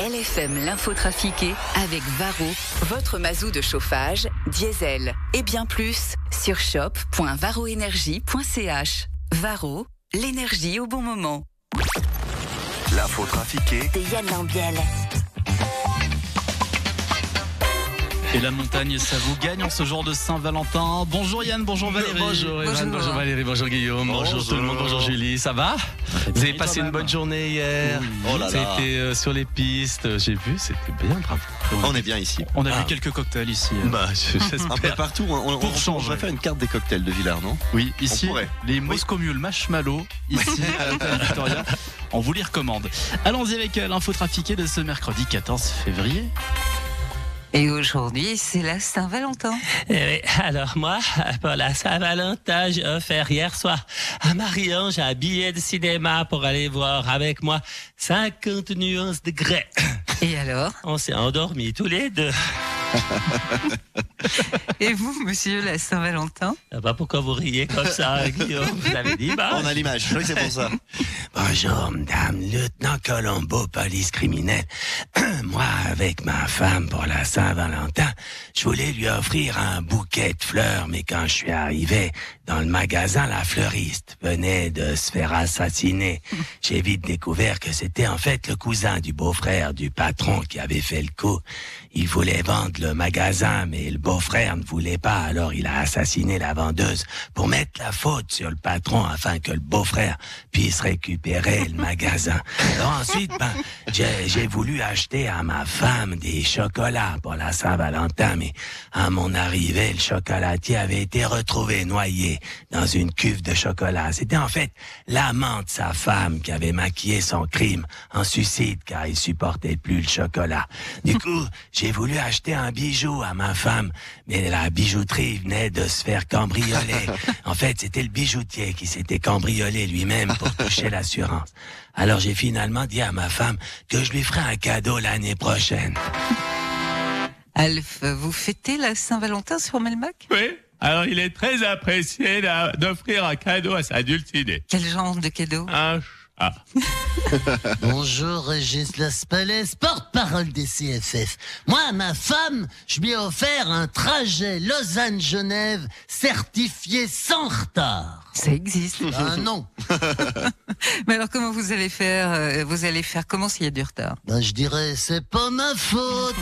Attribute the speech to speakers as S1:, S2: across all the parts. S1: LFM l'info trafiquée avec Varro, votre mazou de chauffage, diesel et bien plus sur shop.varoénergie.ch. Varro, l'énergie au bon moment.
S2: L'info trafiquée
S3: de Yann Lambiel.
S4: Et la montagne, ça vous gagne en ce jour de Saint-Valentin. Bonjour Yann, bonjour Valérie.
S5: Bonjour Evan, bonjour, Valérie, bonjour Guillaume, bonjour, tout le monde, bonjour Julie, ça va Vous avez passé une bonne journée hier,
S2: Oh là là.
S5: c'était euh, sur les pistes, euh, j'ai vu, c'était bien bravo.
S2: On est bien ici.
S4: On a
S5: Ah.
S4: vu quelques cocktails ici.
S5: Bah, je-
S2: Un peu
S5: j'espère.
S2: partout. hein. On,
S4: Pour
S2: on-
S4: changer.
S2: on va faire une carte des cocktails de Villars, non
S4: Oui, ici,
S2: pourrait.
S4: les Moscomules Marshmallow, ici à l'hôtel Victoria. On vous les recommande. Allons-y avec euh, l'info trafiquée de ce mercredi 14 février.
S1: Et aujourd'hui, c'est la Saint-Valentin.
S6: Eh oui, alors moi, pour la Saint-Valentin, j'ai offert hier soir à Marie-Ange un billet de cinéma pour aller voir avec moi 50 nuances de grès.
S1: Et alors
S6: On s'est endormis tous les deux.
S1: Et vous, monsieur, la Saint-Valentin
S6: Je sais Pas pourquoi vous riez comme ça, Guillaume. Vous avez dit, bah,
S2: Ah, On a l'image, oui, c'est pour ça.
S6: Bonjour, madame, lieutenant Colombo, police criminelle. Moi, avec ma femme pour la Saint-Valentin, je voulais lui offrir un bouquet de fleurs, mais quand je suis arrivé dans le magasin, la fleuriste venait de se faire assassiner. J'ai vite découvert que c'était en fait le cousin du beau-frère du patron qui avait fait le coup. Il voulait vendre le magasin, mais le beau-frère ne voulait pas, alors il a assassiné la vendeuse pour mettre la faute sur le patron afin que le beau-frère puisse récupérer le magasin. Alors ensuite, ben, j'ai j'ai voulu acheter à ma femme des chocolats pour la Saint-Valentin, mais à mon arrivée, le chocolatier avait été retrouvé noyé dans une cuve de chocolat. C'était en fait l'amant de sa femme qui avait maquillé son crime en suicide car il supportait plus le chocolat. Du coup, j'ai voulu acheter un bijou à ma femme, mais la bijouterie venait de se faire cambrioler. En fait, c'était le bijoutier qui s'était cambriolé lui-même pour toucher l'assurance. Alors j'ai finalement dit à ma femme que je lui ferais un cadeau l'année prochaine.
S1: Alf, vous fêtez la Saint-Valentin sur Melmac
S7: Oui. Alors, il est très apprécié d'a- d'offrir un cadeau à sa dulcinée.
S1: Quel genre de cadeau
S7: Un chat.
S8: Bonjour, Régis Laspalès, porte-parole des CFF. Moi, à ma femme, je lui ai offert un trajet Lausanne-Genève certifié sans retard.
S1: Ça existe.
S8: Ben non,
S1: Mais alors comment vous allez faire euh, Vous allez faire comment s'il y a du retard
S8: ben je dirais c'est pas ma faute.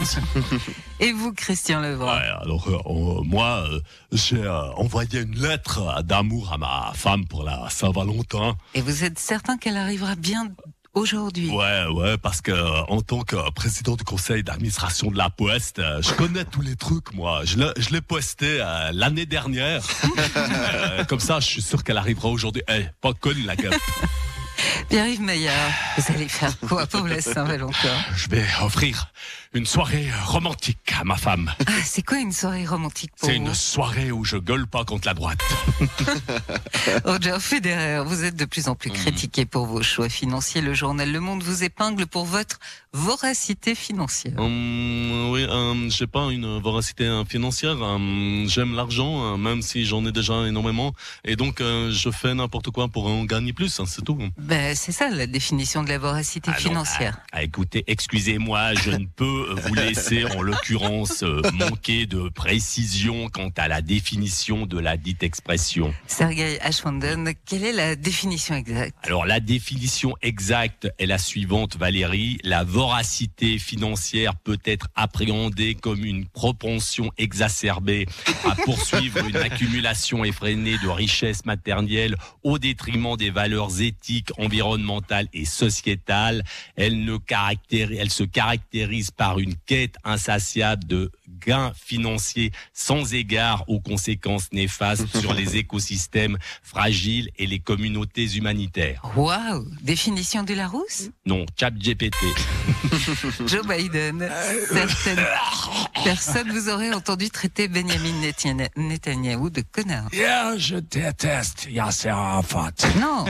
S1: Et vous, Christian Levent
S7: Ouais, alors, euh, euh, moi, euh, j'ai euh, envoyé une lettre euh, d'amour à ma femme pour la Saint-Valentin.
S1: Et vous êtes certain qu'elle arrivera bien aujourd'hui
S7: Ouais, ouais, parce que euh, en tant que président du conseil d'administration de la Poste, euh, je connais tous les trucs, moi. Je l'ai- je l'ai posté euh, l'année dernière. Euh, comme ça, je suis sûr qu'elle arrivera aujourd'hui. Eh, pas conne, la gueule.
S1: Pierre-Yves Maillard, vous allez faire quoi pour la Saint-Valentin
S7: Je vais offrir une soirée romantique à ma femme.
S1: Ah, c'est quoi une soirée romantique pour
S7: C'est
S1: vous
S7: une soirée où je gueule pas contre la droite.
S1: Roger Federer, vous êtes de plus en
S7: Mm.
S1: plus critiqué pour vos choix financiers. Le journal Le Monde vous épingle pour votre voracité financière.
S5: Hum, oui, hum, j'ai pas une voracité euh, financière. hum, J'aime l'argent, euh, même si j'en ai déjà énormément. Et donc, euh, je fais n'importe quoi pour en gagner plus, hein, c'est tout.
S1: Ben, c'est ça la définition de la voracité
S7: Ah non,
S1: financière.
S7: Ah, écoutez, excusez-moi, je ne peux vous laisser en l'occurrence euh, manquer de précision quant à la définition de la dite expression.
S1: Sergei Ashwanden, quelle est la définition exacte
S7: Alors la définition exacte est la suivante, Valérie. La voracité financière peut être appréhendée comme une propension exacerbée à poursuivre une accumulation effrénée de richesses matérielles au détriment des valeurs éthiques, environnementales et sociétales. Elle, ne caractéri- elle se caractérise par une quête insatiable de gains financiers sans égard aux conséquences néfastes sur les écosystèmes fragiles et les communautés humanitaires.
S1: Waouh Définition du Larousse
S7: Non, Chap GPT.
S1: Joe Biden, certaines personnes vous auraient entendu traiter Benjamin Netan- Netanyahou de connard.
S6: je déteste Yasser Arafat.
S1: Non,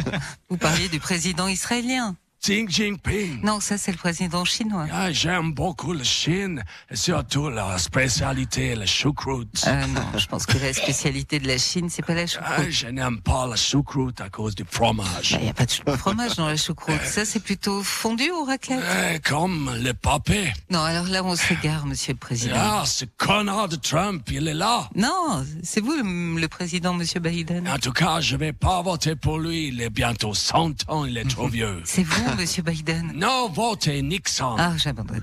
S1: vous parliez du président israélien.
S9: Xi Jinping.
S1: Non, ça c'est le président chinois.
S9: Ah, j'aime beaucoup la Chine, et surtout leur spécialité, la choucroute.
S1: Euh, non, je pense que la spécialité de la Chine, c'est pas la
S9: Ah,
S1: choucroute.
S9: je n'aime pas la choucroute à cause du fromage.
S1: Il n'y Bah, a pas de chou- fromage dans la choucroute. Ça, c'est plutôt fondu ou raclette
S9: Eh, comme le papé.
S1: Non, alors là, on se gare, monsieur le président.
S9: Ah, ce connard de Trump, il est là.
S1: Non, c'est vous le, le président, monsieur Biden
S9: En tout cas, je vais pas voter pour lui. Il est bientôt 100 ans, il est trop vieux.
S1: C'est vous, monsieur Biden
S9: Non, votez Nixon.
S1: Ah, j'abandonne.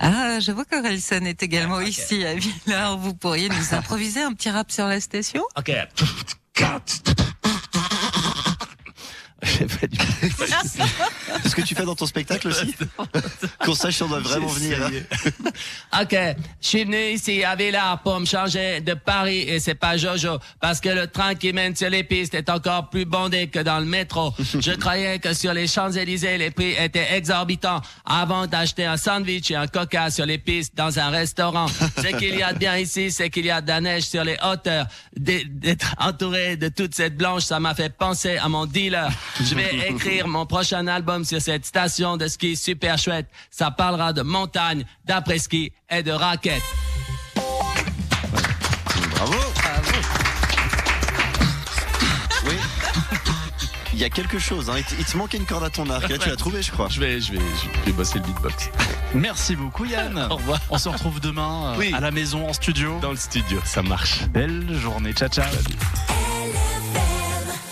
S1: Ah, je vois qu'Orelsan est également ici à Villars. Vous pourriez nous improviser un petit rap sur la station
S10: Ok.
S2: J'ai pas du- C'est ce que tu fais dans ton spectacle aussi Qu'on sache si on doit vraiment venir. hein.
S6: Ok, je suis venu ici à Villa pour me changer de Paris et c'est pas Jojo parce que le train qui mène sur les pistes est encore plus bondé que dans le métro. Je croyais que sur les Champs-Élysées les prix étaient exorbitants avant d'acheter un sandwich et un coca sur les pistes dans un restaurant. Ce qu'il y a de bien ici, c'est qu'il y a de la neige sur les hauteurs. D'être d'être entouré de toute cette blanche, ça m'a fait penser à mon dealer. Je vais écrire mon prochain album sur cette station de ski super chouette. Ça parlera de montagne, d'après-ski et de raquettes.
S2: Bravo Oui. Il y a quelque chose, hein. il, te, il te manquait une corde à ton arc. Là, tu l'as trouvé, je crois.
S10: Je vais, je vais, je vais bosser le beatbox.
S4: Merci beaucoup Yann.
S10: Au revoir.
S4: On se retrouve demain euh,
S10: Oui.
S4: à la maison, en studio.
S10: Dans le studio, ça marche.
S4: Belle journée, ciao ciao.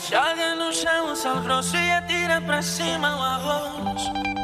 S11: Si alguien nos usamos al grosso y tira para cima o a vos.